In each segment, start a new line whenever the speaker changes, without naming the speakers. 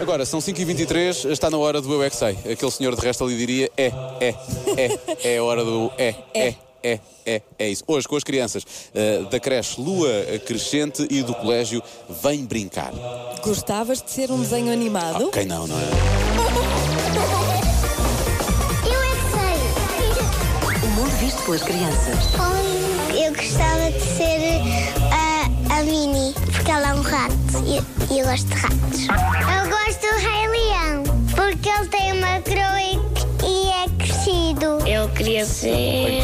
Agora, são 5h23, está na hora do Eu é que sei. Aquele senhor de resto ali diria é, é, é, é a hora do é, é. É, é, é isso. Hoje, com as crianças eh, da creche Lua Crescente e do colégio Vem Brincar.
Gostavas de ser um desenho animado?
Quem não, não é?
Eu é que
O
sei.
mundo visto pelas crianças.
Eu gostava de ser a, a Mini, porque ela é um rato e e eu gosto de ratos. Eu gosto do Rei Leão, porque ele tem uma coroa e, é crescido. Eu queria ser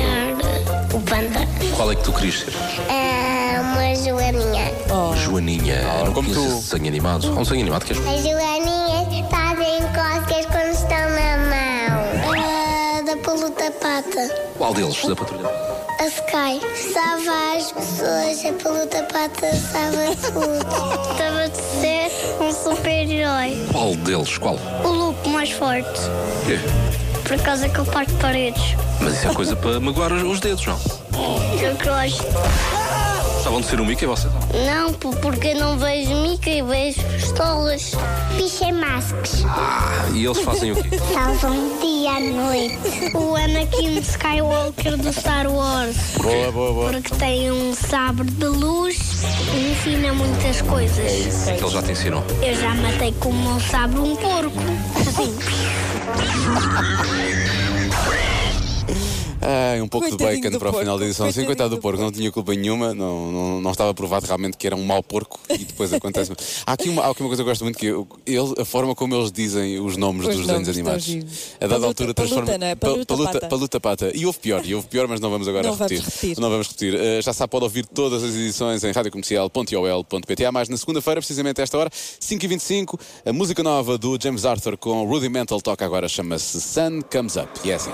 o panda.
Qual é que tu querias ser?
É uma joaninha.
Joaninha. não
Ah, como
conheces
tu.
esse desenho animado. Há um desenho animado que és.
As joaninhas fazem cócegas quando estão na mão. da poluta pata.
Qual deles da patrulha?
A Sky salva as pessoas, É a pelota pata salva tudo. Gostava de ser um super-herói.
Qual deles? Qual?
O Luke mais forte,
Quê?
por causa que eu parto paredes.
Mas isso é coisa para magoar os os dedos, não?
Eu gosto.
Gostavam de ser um Mickey e vocês? não?
Não, po- porque não vejo mica e vejo pistolas. Pichei é masques.
Ah, e eles fazem o quê?
Salvam dia à noite. O Anakin Skywalker do Star Wars.
Boa, boa, boa.
Porque tem um sabre de luz e ensina muitas coisas.
É Eles já te ensinam.
Eu já matei com um sabre um porco. Assim.
Ai, um pouco de
Coitadinho
bacon
do
para o
porco.
final da edição. Sim,
Coitadinho
coitado do
do
porco, não tinha culpa nenhuma, não, não, não estava provado realmente que era um mau porco e depois acontece. há, aqui uma, há aqui uma coisa que eu gosto muito, que eu- ele- a forma como eles dizem os nomes
Os
dos
nomes
desenhos animados.
estão giros.
A dada
Paluta-
altura
paluta,
transforma.
não é?
pa-
Paluta
paluta,
pata.
paluta pata. E houve pior, e houve pior, mas não vamos agora
Não vamos
repetir.
repetir.
Não vamos repetir. Eh, já está, pode ouvir todas as edições em radiocomercial.ol.pt. Há mais na segunda-feira, precisamente a esta hora, 5h25, a música nova do James Arthur com Rudimental toca agora, chama-se Sun Comes Up. E é assim.